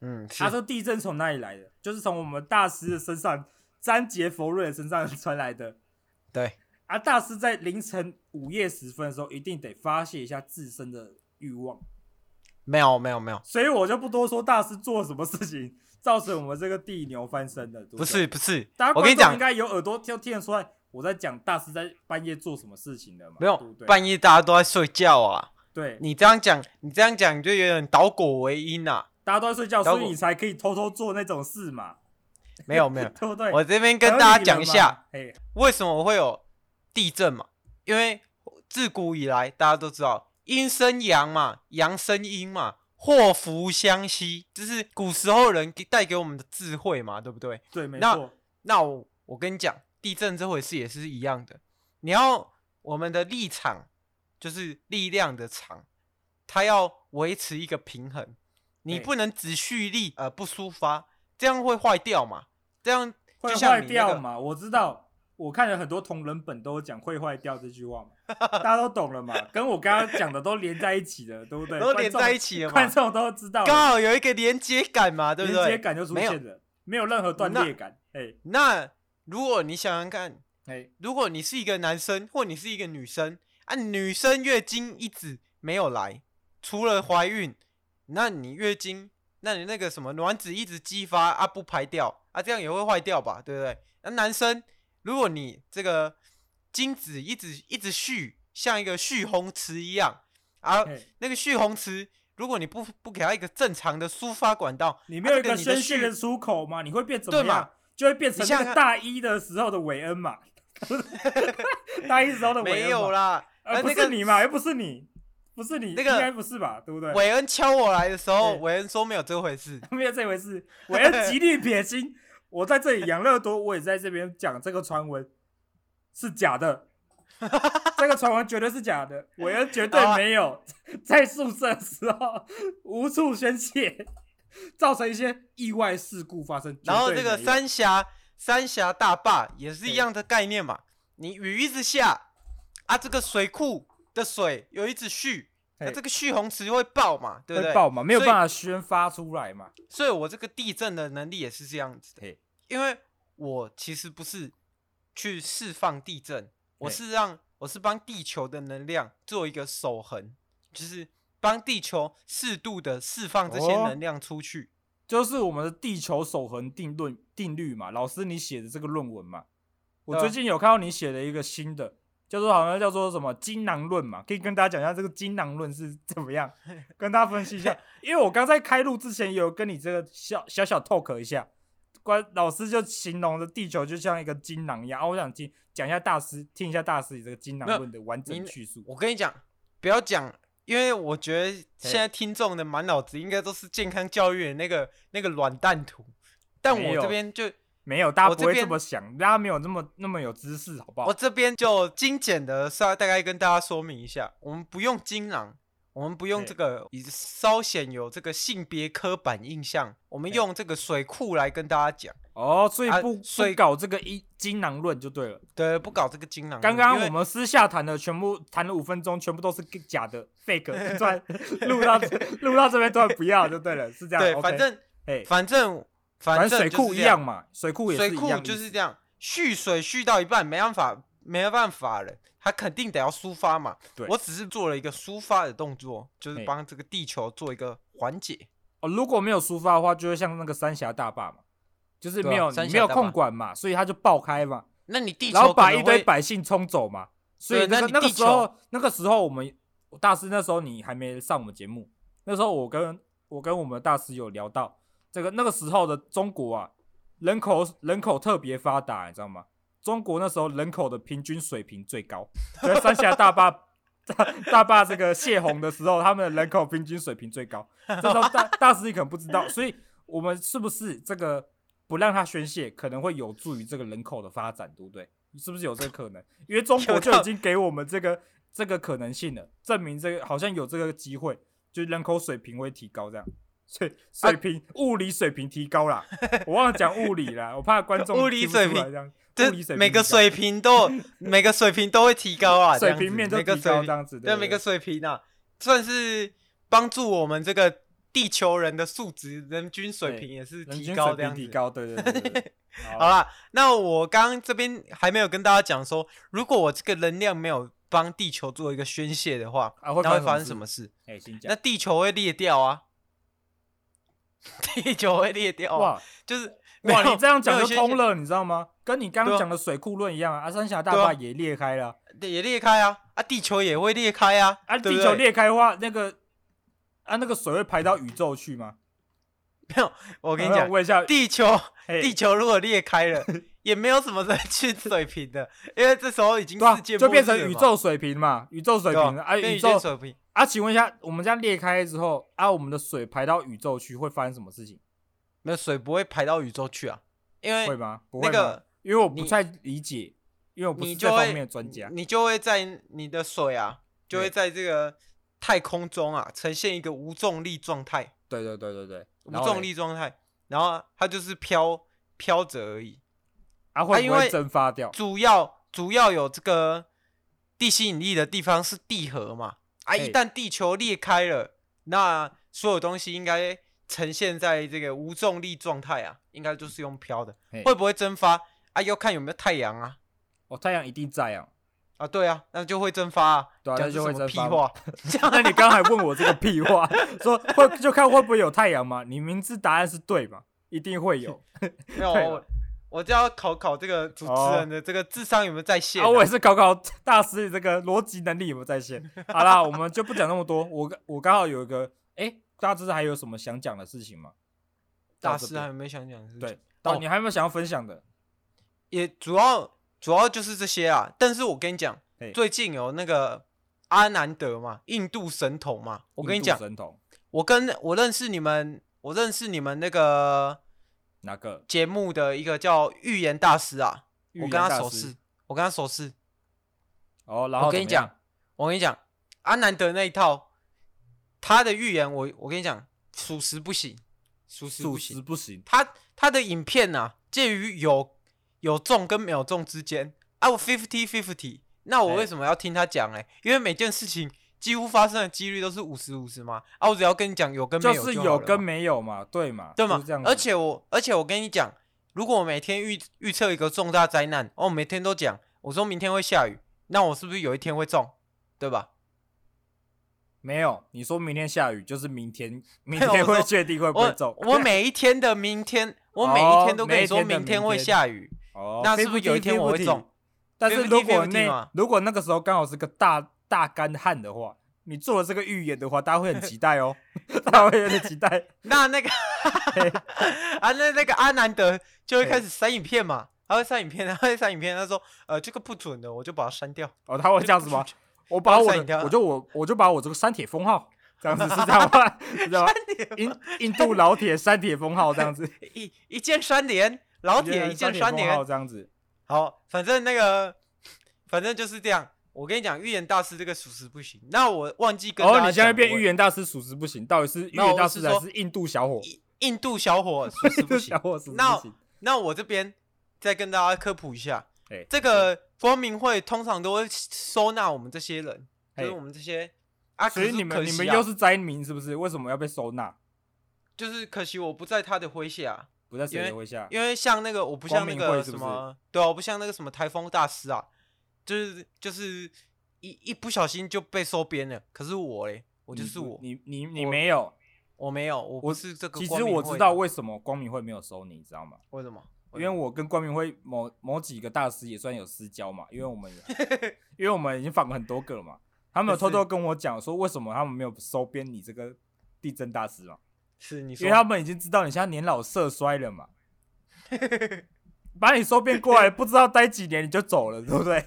Speaker 2: 嗯，
Speaker 1: 他说地震从哪里来的？就是从我们大师的身上，詹杰佛瑞的身上传来的。
Speaker 2: 对，
Speaker 1: 而大师在凌晨午夜时分的时候，一定得发泄一下自身的欲望。
Speaker 2: 没有没有没有，
Speaker 1: 所以我就不多说大师做了什么事情，造成我们这个地牛翻身的。对对
Speaker 2: 不是不是
Speaker 1: 大家，
Speaker 2: 我跟
Speaker 1: 观
Speaker 2: 你
Speaker 1: 众应
Speaker 2: 讲，
Speaker 1: 该有耳朵就听得出来我在讲大师在半夜做什么事情的嘛？
Speaker 2: 没有
Speaker 1: 对不对？
Speaker 2: 半夜大家都在睡觉啊。
Speaker 1: 对，
Speaker 2: 你这样讲，你这样讲就有点倒果为因啊。
Speaker 1: 大家都在睡觉，
Speaker 2: 然后
Speaker 1: 所以你才可以偷偷做那种事嘛，
Speaker 2: (laughs) 没有没有，
Speaker 1: 对不对？
Speaker 2: 我这边跟大家讲一下，
Speaker 1: 还有你们嘛，哎
Speaker 2: 为什么会有地震嘛？因为自古以来大家都知道阴生阳嘛，阳生阴嘛，祸福相吸，这是古时候人给带给我们的智慧嘛，对不对？
Speaker 1: 哎，对，没
Speaker 2: 那
Speaker 1: 错，
Speaker 2: 那我我跟你讲，地震这回事也是一样的。你要我们的立场就是力量的场，它要维持一个平衡，你
Speaker 1: 对
Speaker 2: 不能只蓄力呃而不抒发，这样会坏掉嘛？这样
Speaker 1: 会
Speaker 2: 就像
Speaker 1: 坏
Speaker 2: 你那
Speaker 1: 掉
Speaker 2: 个
Speaker 1: 嘛？我知道，
Speaker 3: 我看了很多同人本都讲会坏掉这句话嘛，大家都懂了嘛，跟我刚刚讲的都连在一起了，对不对？
Speaker 2: 都连在一起了嘛
Speaker 3: 观众观众都知道了，
Speaker 2: 刚好有一个连接感嘛，对不
Speaker 3: 哦连接
Speaker 2: 对？
Speaker 3: 感就出
Speaker 2: 没有
Speaker 3: 现了，没有任何断裂感。哎
Speaker 2: 那如果你想想看，
Speaker 3: 哎，
Speaker 2: 如果你是一个男生或你是一个女生啊，女生月经一直没有来，除了怀孕，那你月经，那你那个什么卵子一直激发啊不排掉啊，这样也会坏掉吧，对不对？那男生，如果你这个精子一直一直蓄，像一个蓄洪池一样
Speaker 1: (laughs)
Speaker 2: 啊，
Speaker 1: 哎
Speaker 3: 嘿
Speaker 2: 那个蓄洪池，如果你不不给它一个正常的抒发管道，
Speaker 3: 你没有
Speaker 2: 啊
Speaker 3: 一
Speaker 2: 这个
Speaker 3: 个
Speaker 2: 你的
Speaker 3: 宣泄
Speaker 2: 蓄
Speaker 3: 的出口嘛，你会变怎
Speaker 2: 对
Speaker 3: 么
Speaker 2: 嘛
Speaker 3: 样？就会变成
Speaker 2: 你想
Speaker 3: 那个
Speaker 2: 想
Speaker 3: 大一的时候的韦恩
Speaker 2: (laughs)
Speaker 3: 嘛， (laughs) 大一时候的韦
Speaker 2: 没
Speaker 3: 恩嘛
Speaker 2: 有，啦，
Speaker 3: 呃，不
Speaker 2: 那
Speaker 3: 是
Speaker 2: 个
Speaker 3: 你嘛，又不是你，不是你，
Speaker 2: 那个
Speaker 3: 应该不是吧？对不对？
Speaker 2: 韦恩敲我来的时候，
Speaker 3: 对
Speaker 2: 韦恩说没有这回事。
Speaker 3: 没有这回事。我要极力撇清，我在这里养乐多，我也在这边讲这个传闻是假
Speaker 2: (laughs)
Speaker 3: 的，这个传闻绝对是假的，我要绝对没
Speaker 2: 啊
Speaker 3: 有 (laughs) 在宿舍的时候无处宣泄，造成一些意外事故发生。
Speaker 2: 然后
Speaker 3: 绝
Speaker 2: 这
Speaker 3: 对
Speaker 2: 个
Speaker 3: 没有
Speaker 2: 三峡三峡大坝也是一样的概念嘛，你雨一直下啊，这个水库的水有一直蓄，那
Speaker 3: 嘿
Speaker 2: 这个蓄洪池会爆嘛，对不对？
Speaker 1: 会爆嘛，没有
Speaker 2: 所以
Speaker 1: 办法宣发出来嘛。
Speaker 2: 所以我这个地震的能力也是这样子的
Speaker 1: 嘿，
Speaker 2: 因为我其实不是去释放地震，我
Speaker 1: 嘿
Speaker 2: 是让我是帮地球的能量做一个守恒，就是帮地球适度的释放这些
Speaker 1: 哦
Speaker 2: 能量出去。
Speaker 1: 就是我们的地球守恒定论定律嘛，老师你写的这个论文嘛，我
Speaker 2: 对啊
Speaker 1: 最近有看到你写的一个新的，叫做好像叫做什么金囊论嘛，可以跟大家讲一下这个金囊论是怎么
Speaker 2: (laughs)
Speaker 1: 样，跟大家分析一下。因为我刚在开录之前也有跟你这个小小小 talk 一下，关老师就形容的地球就像一个金囊一样，啊、我想听讲一下大师听一下大师你这个金囊
Speaker 2: 没有
Speaker 1: 论的完整
Speaker 2: 你
Speaker 1: 叙述。
Speaker 2: 我跟你讲，不要讲，因为我觉得现在听众的满脑子应该都是健康教育的那个那个软蛋图，但
Speaker 1: 没
Speaker 2: 我
Speaker 1: 有
Speaker 2: 这边就
Speaker 1: 没有，大
Speaker 2: 我
Speaker 1: 家
Speaker 2: 这
Speaker 1: 不会
Speaker 2: 边
Speaker 1: 这么想，大家没有那么那么有知识，好不好
Speaker 2: 我？这边就精简的稍大概跟大家说明一下，我们不用精囊，我们不用
Speaker 1: 嘿
Speaker 2: 这个以稍显有这个性别刻板印象，我们用这个水库来跟大家讲，
Speaker 1: 哦，所以
Speaker 2: 啊
Speaker 1: 不、
Speaker 2: 所以
Speaker 1: 不搞这个一金囊论就对了。
Speaker 2: 对，不搞这个精囊论。
Speaker 1: 刚刚
Speaker 2: 因为
Speaker 1: 我们私下谈的全部谈了五分钟，全部都是假的
Speaker 2: (laughs)
Speaker 1: fake，突然录到这录到这边突然不要就对了，是这样。
Speaker 2: 对，
Speaker 1: OK
Speaker 2: 反正
Speaker 1: 哎，
Speaker 2: 反正
Speaker 1: 反正
Speaker 2: 正
Speaker 1: 水
Speaker 2: 就是
Speaker 1: 库一
Speaker 2: 这样
Speaker 1: 样嘛，水库也
Speaker 2: 水
Speaker 1: 是一
Speaker 2: 库
Speaker 1: 样，
Speaker 2: 就是这样，蓄水蓄到一半，没办法，没办法了，它肯定得要抒发嘛。
Speaker 1: 对
Speaker 2: 我只是做了一个抒发的动作，就是
Speaker 1: 嘿
Speaker 2: 帮这个地球做一个缓解。
Speaker 1: 哦。如果没有抒发的话，就会像那个三峡大坝嘛，就是
Speaker 2: 对啊
Speaker 1: 没有、
Speaker 2: 三
Speaker 1: 你
Speaker 2: 峡
Speaker 1: 没有
Speaker 2: 大坝
Speaker 1: 控管嘛，所以它就爆开嘛，
Speaker 2: 那你地球
Speaker 1: 然后把
Speaker 2: 可能
Speaker 1: 一堆
Speaker 2: 会
Speaker 1: 百姓冲走嘛。所以
Speaker 2: 对
Speaker 1: 那个
Speaker 2: 那你
Speaker 1: 那个
Speaker 2: 地
Speaker 1: 时候那个时候我们大师那时候你还没上我们节目，那时候我跟我跟我们大师有聊到这个那个时候的中国啊，人口人口特别发达，你知道吗？中国那时候人口的平均水平最高，在三峡大坝 (laughs) 大大坝这个泄洪的时候，他们的人口平均水平最高。这时候大大师你可能不知道，所以我们是不是这个不让它宣泄，可能会有助于这个人口的发展，对不对？是不是有这个可能？因为中国就已经给我们这个这个可能性了，证明这个好像有这个机会，就人口水平会提高这样。所以
Speaker 2: 啊
Speaker 1: 水平、物理水平提高啦，我忘了讲物理啦，我怕观众
Speaker 2: 物理
Speaker 1: 听不出来
Speaker 2: 水平
Speaker 1: 这样，
Speaker 2: 这
Speaker 1: 物理水平
Speaker 2: 每个
Speaker 1: 提高
Speaker 2: 水
Speaker 1: (laughs)
Speaker 2: 平都每个水平都会提高啊，这
Speaker 1: 水
Speaker 2: 样
Speaker 1: 平
Speaker 2: 子
Speaker 1: 面就
Speaker 2: 每个
Speaker 1: 提
Speaker 2: 水
Speaker 1: 高
Speaker 2: 平
Speaker 1: 这样子，
Speaker 2: 对
Speaker 1: 对
Speaker 2: 每个水平啊，算是帮助我们这个地球人的素质人均水
Speaker 1: 对
Speaker 2: 平也是
Speaker 1: 人
Speaker 2: 提
Speaker 1: 均
Speaker 2: 高
Speaker 1: 水
Speaker 2: 这样
Speaker 1: 平
Speaker 2: 子
Speaker 1: 提。高，对对对对对，
Speaker 2: 好啦，那我刚刚这边还没有跟大家讲说，如果我这个能量没有帮地球做一个宣泄的话，
Speaker 1: 啊会
Speaker 2: 那会发
Speaker 1: 发
Speaker 2: 生
Speaker 1: 生
Speaker 2: 什
Speaker 1: 什
Speaker 2: 么
Speaker 1: 么
Speaker 2: 事？
Speaker 1: 哎，请讲
Speaker 2: 那。地球会裂掉啊， (laughs) 地球会裂掉、啊，
Speaker 1: 哇
Speaker 2: 就是没
Speaker 1: 哇，
Speaker 2: 有
Speaker 1: 你这样讲
Speaker 2: 没有
Speaker 1: 就
Speaker 2: 宣
Speaker 1: 通了，你知道吗？跟你刚
Speaker 2: 对
Speaker 1: 刚
Speaker 2: 啊
Speaker 1: 讲的水库论一样啊，啊三峡大
Speaker 2: 对啊
Speaker 1: 坝也裂开了
Speaker 2: 泄，也裂开啊，啊，地球也会裂开啊，
Speaker 1: 啊，
Speaker 2: 对不
Speaker 1: 地
Speaker 2: 对
Speaker 1: 球裂开的话，那个啊那个水会排到宇宙去吗？
Speaker 2: 我
Speaker 1: 我
Speaker 2: 跟你讲，
Speaker 1: 问一下，
Speaker 2: 地球
Speaker 1: 嘿
Speaker 2: 地球如果裂开了，也没有什么人去水平的， (laughs) 因为这时候已经
Speaker 1: 对啊，
Speaker 2: 世界
Speaker 1: 就
Speaker 2: 末
Speaker 1: 变
Speaker 2: 日
Speaker 1: 成
Speaker 2: 了
Speaker 1: 宇
Speaker 2: 嘛
Speaker 1: 宙水平嘛，宇宙水
Speaker 2: 对吧
Speaker 1: 平啊，
Speaker 2: 变
Speaker 1: 宇
Speaker 2: 宇宙
Speaker 1: 宙
Speaker 2: 水平，
Speaker 1: 啊，请问一下，我们这样裂开之后啊，我们的水排到宇宙去会发生什么事情？
Speaker 2: 那水不会排到宇宙去啊，因为
Speaker 1: 会吗？不
Speaker 2: 那
Speaker 1: 会
Speaker 2: 个
Speaker 1: 吗？因为我不
Speaker 2: 你
Speaker 1: 太理解，因为我不
Speaker 2: 你
Speaker 1: 是
Speaker 2: 就
Speaker 1: 这
Speaker 2: 会
Speaker 1: 方面的专家。
Speaker 2: 你就会在你的水啊，就会
Speaker 1: 对
Speaker 2: 在这个太空中啊，呈现一个无重力状态，
Speaker 1: 对对对对对，
Speaker 2: 无
Speaker 1: 然后
Speaker 2: 重
Speaker 1: 嘞
Speaker 2: 力状态，然后啊它就是飘飘着而已。
Speaker 1: 啊会
Speaker 2: 因
Speaker 1: 不会
Speaker 2: 为
Speaker 1: 蒸发掉？
Speaker 2: 主要主要有这个地吸引力的地方是地核嘛，啊，
Speaker 1: 嘿
Speaker 2: 一旦地球裂开了，那所有东西应该呈现在这个无重力状态啊，应该就是用飘的
Speaker 1: 嘿，
Speaker 2: 会不会蒸发啊？要看有没有太阳啊，
Speaker 1: 哦，太阳一定在啊。
Speaker 2: 啊，对啊，那就会蒸发啊，
Speaker 1: 对啊
Speaker 2: 讲
Speaker 1: 那
Speaker 2: 这
Speaker 1: 就
Speaker 2: 什
Speaker 1: 会
Speaker 2: 么
Speaker 1: 蒸
Speaker 2: 屁
Speaker 1: 发
Speaker 2: 话，
Speaker 1: (laughs) 那你刚才问我这个屁话， (laughs) 说会就看会不会有太阳嘛？你明知答案是对嘛，一定会有。
Speaker 2: (laughs) 没有，
Speaker 1: 对啊
Speaker 2: 我我就要考考这个主持人的这个智商有没有在线、
Speaker 1: 啊，我也是考考大师这个逻辑能力有没有在线。 (laughs) 好啦，我们就不讲那么多。我我刚好有一个，哎、大致还有什么想讲的事情吗？
Speaker 2: 大
Speaker 1: 到这
Speaker 2: 师
Speaker 1: 边
Speaker 2: 还没想讲是不是，
Speaker 1: 对，
Speaker 2: 哦
Speaker 1: 到、你还有没有想要分享的？
Speaker 2: 也主要主要就是这些啊。但是我跟你讲
Speaker 1: 嘿，
Speaker 2: 最近有那个阿南德嘛，印度神童嘛，我跟你讲
Speaker 1: 印度，神童
Speaker 2: 我跟我认识你们，我认识你们那个
Speaker 1: 哪个？
Speaker 2: 节目的一个叫预言大师啊，
Speaker 1: 预
Speaker 2: 我
Speaker 1: 言
Speaker 2: 跟他
Speaker 1: 大
Speaker 2: 手
Speaker 1: 师
Speaker 2: 势，我跟他手势，
Speaker 1: 哦，然后
Speaker 2: 我跟你
Speaker 1: 怎么样
Speaker 2: 讲，，我跟你讲，阿南德那一套，他的预言我我跟你讲，属实不行，属实
Speaker 1: 属
Speaker 2: 不行
Speaker 1: 实。不行。
Speaker 2: 他他的影片呐、啊，介于有有中跟没有中之间啊，我 fifty fifty。那我
Speaker 1: 哎
Speaker 2: 为什么要听他讲嘞？因为每件事情几乎发生的几率都是五十五十嘛。啊，我只要跟你讲有跟没
Speaker 1: 就
Speaker 2: 有
Speaker 1: 是
Speaker 2: 就
Speaker 1: 有
Speaker 2: 好了
Speaker 1: 跟
Speaker 2: 嘛
Speaker 1: 没有嘛，对嘛？
Speaker 2: 对
Speaker 1: 就
Speaker 2: 嘛
Speaker 1: 是这样。
Speaker 2: 而，且我而且我跟你讲，如果我每天预预测一个重大灾难，哦，我每天都讲，我说明天会下雨，那我是不是有一天会中？对吧？
Speaker 1: 没有，你说明天下雨，就是明天，
Speaker 2: (laughs)
Speaker 1: 明
Speaker 2: 有
Speaker 1: 天
Speaker 2: 我
Speaker 1: 会
Speaker 2: 说
Speaker 1: 确定会不会
Speaker 2: 我
Speaker 1: 中？ (laughs)
Speaker 2: 我每一天的明天，我每
Speaker 1: 哦
Speaker 2: 一天都跟
Speaker 1: 每
Speaker 2: 你
Speaker 1: 一
Speaker 2: 说
Speaker 1: 天的
Speaker 2: 明天
Speaker 1: 明
Speaker 2: 会
Speaker 1: 天
Speaker 2: 下雨，
Speaker 1: 哦，
Speaker 2: 那是不是有一天我会
Speaker 1: 50-50
Speaker 2: 中？
Speaker 1: 但是如果
Speaker 2: 50-50
Speaker 1: 那
Speaker 2: 嘛
Speaker 1: 如果那个时候刚好是个大大干旱的话，你做了这个预言的话，大家会很期待
Speaker 2: (laughs)
Speaker 1: 哦，大家会有点期待。
Speaker 2: 那那个 (laughs) 啊，那那个阿南德就会
Speaker 1: 嘿
Speaker 2: 开始删影片嘛，他会删影片，他会删影片，他说呃这个不准的，我就把它删掉。
Speaker 1: 哦，他会 (laughs) 这样子
Speaker 2: (laughs)
Speaker 1: 吗？我把
Speaker 2: 帮
Speaker 1: 我
Speaker 2: 删
Speaker 1: 的，
Speaker 2: 一条
Speaker 1: 我就我我就把我这个删帖封号，这样子是这样
Speaker 2: (laughs)
Speaker 1: 吗？你知道吗？印印度老铁删帖封号这样
Speaker 2: (laughs)
Speaker 1: 子，
Speaker 2: 一一键删连，老铁一键删
Speaker 1: 封号
Speaker 2: 连。
Speaker 1: 这样子。
Speaker 2: 好，反正那个反正就是这样。我跟你讲，预言大师这个属实不行。那我忘记跟
Speaker 1: 哦，
Speaker 2: 大
Speaker 1: 你
Speaker 2: 家
Speaker 1: 现在
Speaker 2: 讲，
Speaker 1: 变
Speaker 2: 我
Speaker 1: 预言大师，属实不行。到底是预
Speaker 2: 那
Speaker 1: 言
Speaker 2: 我
Speaker 1: 大
Speaker 2: 是
Speaker 1: 师还
Speaker 2: 说
Speaker 1: 是印度小伙？
Speaker 2: 印印度小伙属实
Speaker 1: (laughs) 印度
Speaker 2: 不行
Speaker 1: 小。伙属实
Speaker 2: 那
Speaker 1: 不行。
Speaker 2: 那我这边再跟大家科普一下，
Speaker 1: 哎
Speaker 2: 这个光明会通常都会收纳我们这些人，就
Speaker 1: 嘿
Speaker 2: 是我们这些啊，
Speaker 1: 所以
Speaker 2: 可是
Speaker 1: 你们、
Speaker 2: 可惜
Speaker 1: 你
Speaker 2: 啊
Speaker 1: 们又是灾民是不是？为什么要被收纳？
Speaker 2: 就是可惜我不在他的麾下，
Speaker 1: 不在谁
Speaker 2: 因
Speaker 1: 的
Speaker 2: 为
Speaker 1: 麾下？
Speaker 2: 因为像那个我不像那
Speaker 1: 光明
Speaker 2: 个
Speaker 1: 会是
Speaker 2: 什
Speaker 1: 不是
Speaker 2: 么，对啊，我不像那个什么台风大师啊，就是就是一一不小心就被收编了。可是我嘞，我就是
Speaker 1: 你不
Speaker 2: 我，
Speaker 1: 你你你
Speaker 2: 我
Speaker 1: 没有。
Speaker 2: 我没有，我不
Speaker 1: 我
Speaker 2: 是这个
Speaker 1: 其
Speaker 2: 光
Speaker 1: 实
Speaker 2: 明会的。
Speaker 1: 我知道为什么光明会没有收你，你知道吗？
Speaker 2: 为什么，
Speaker 1: 因为我跟光明会某某几个大师也算有私交嘛，因为我
Speaker 2: (laughs)
Speaker 1: 们因为我们已经访了很多个了嘛，他们有偷偷跟我讲说为什么他们没有收编你这个地震大师嘛，
Speaker 2: 是你
Speaker 1: 因
Speaker 2: 说
Speaker 1: 为他们已经知道你现在年老色衰了
Speaker 2: (laughs)
Speaker 1: 嘛，把你收编过来，不知道待几年你就走了，对不对？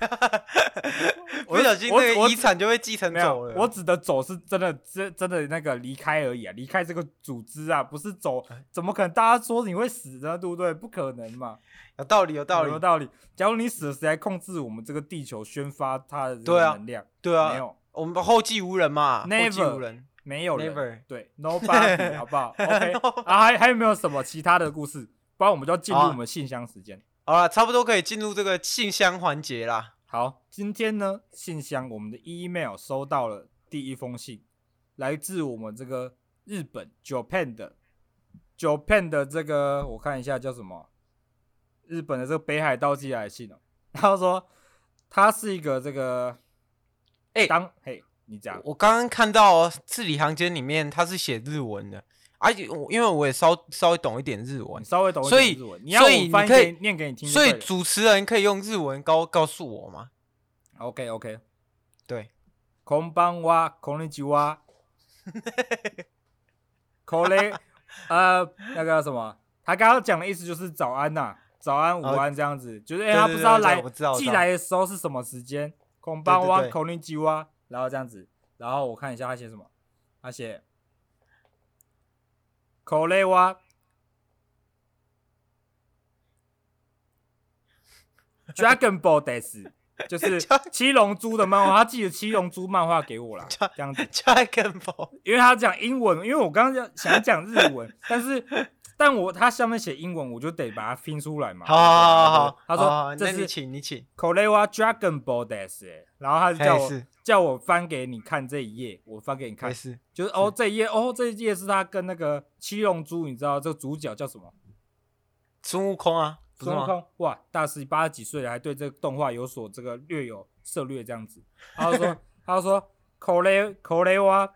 Speaker 2: 不小心
Speaker 1: 我
Speaker 2: 那
Speaker 1: 我
Speaker 2: 个遗产就被继承
Speaker 1: 没有
Speaker 2: 走了。，
Speaker 1: 我指的走是真的，真真的那个离开而已啊，离开这个组织啊，不是走，
Speaker 2: 哎
Speaker 1: 怎么可能？大家说你会死呢，对不对？不可能嘛，
Speaker 2: 有道理，有道
Speaker 1: 有没有
Speaker 2: 理，
Speaker 1: 道理。假如你死了，谁来控制我们这个地球宣发它的这
Speaker 2: 对
Speaker 1: 个
Speaker 2: 啊
Speaker 1: 能量？
Speaker 2: 对啊，
Speaker 1: 没有，
Speaker 2: 我们后继无人嘛后继
Speaker 1: Never
Speaker 2: 无人。
Speaker 1: 没有人
Speaker 2: Never
Speaker 1: 对，nobody，好不好
Speaker 2: (laughs)
Speaker 1: ？OK
Speaker 2: No
Speaker 1: 啊，还还有没有什么其他的故事？不然我们就要进入
Speaker 2: 好啊
Speaker 1: 我们信箱时间。
Speaker 2: 好了，差不多可以进入这个信箱环节啦。
Speaker 1: 好，今天呢，信箱我们的 email 收到了第一封信，来自我们这个日本 Japan 的 Japan 的这个，我看一下叫什么，日本的这个北海道寄来的信哦、 (laughs) 他说他是一个这个，
Speaker 2: 哎
Speaker 1: 当嘿，你讲，
Speaker 2: 我刚刚看到哦字里行间里面它是写日文的，而且我因为我也稍稍微懂一点日文
Speaker 1: 你，稍微懂一
Speaker 2: 所
Speaker 1: 点
Speaker 2: 以
Speaker 1: 日文，你要
Speaker 2: 所以
Speaker 1: 我翻
Speaker 2: 你可以
Speaker 1: 译给念给你听就
Speaker 2: 所
Speaker 1: 对
Speaker 2: 以
Speaker 1: 了，
Speaker 2: 主持人可以用日文告告诉我吗？
Speaker 1: OK OK，
Speaker 2: 对， (laughs)
Speaker 1: こんばんは、こんにちは。これ， (laughs) 呃，那个什么，他刚刚讲的意思就是早安呐、早安、午安这样子，就是哎、
Speaker 2: 对
Speaker 1: 他
Speaker 2: 哦对
Speaker 1: 不
Speaker 2: 对
Speaker 1: 知道
Speaker 2: 对对
Speaker 1: 来
Speaker 2: 我知道我知
Speaker 1: 寄
Speaker 2: 道
Speaker 1: 来的时候是什么时间。こんばん
Speaker 2: 对
Speaker 1: は、
Speaker 2: 对对
Speaker 1: こんにちは，然后这样子，然后我看一下他写什么，他写，これ
Speaker 2: (laughs)
Speaker 1: は。Dragon Ball です，就是
Speaker 2: (laughs)
Speaker 1: 七龙珠的漫画，他寄了七龙珠漫画给我
Speaker 2: (laughs)
Speaker 1: 啦，这样子，
Speaker 2: Dragon Ball (laughs)
Speaker 1: 因为他讲英文，因为我刚刚想想讲日文，但是但我它上面写英文，我就得把它拼出来嘛。
Speaker 2: 好好好好，
Speaker 1: 他
Speaker 2: 好
Speaker 1: 说
Speaker 2: 好
Speaker 1: 这
Speaker 2: 那你
Speaker 1: 是
Speaker 2: 请你请，
Speaker 1: Korewa Dragon Ball Dash，欸然后他就叫
Speaker 2: 嘿
Speaker 1: 我
Speaker 2: 是
Speaker 1: 叫我翻给你看这一页，我翻给你
Speaker 2: 没
Speaker 1: 看，
Speaker 2: 事，
Speaker 1: 就是哦这一页哦这一页是他跟那个七龙珠，你知道这个主角叫什么？
Speaker 2: 孙悟空啊，不是
Speaker 1: 孙悟
Speaker 2: 吗？
Speaker 1: 空哇，大师八十几岁了，还对这个动画有所这个略有涉略这样子。他就说，
Speaker 2: (laughs)
Speaker 1: 他就说，Kore Korewa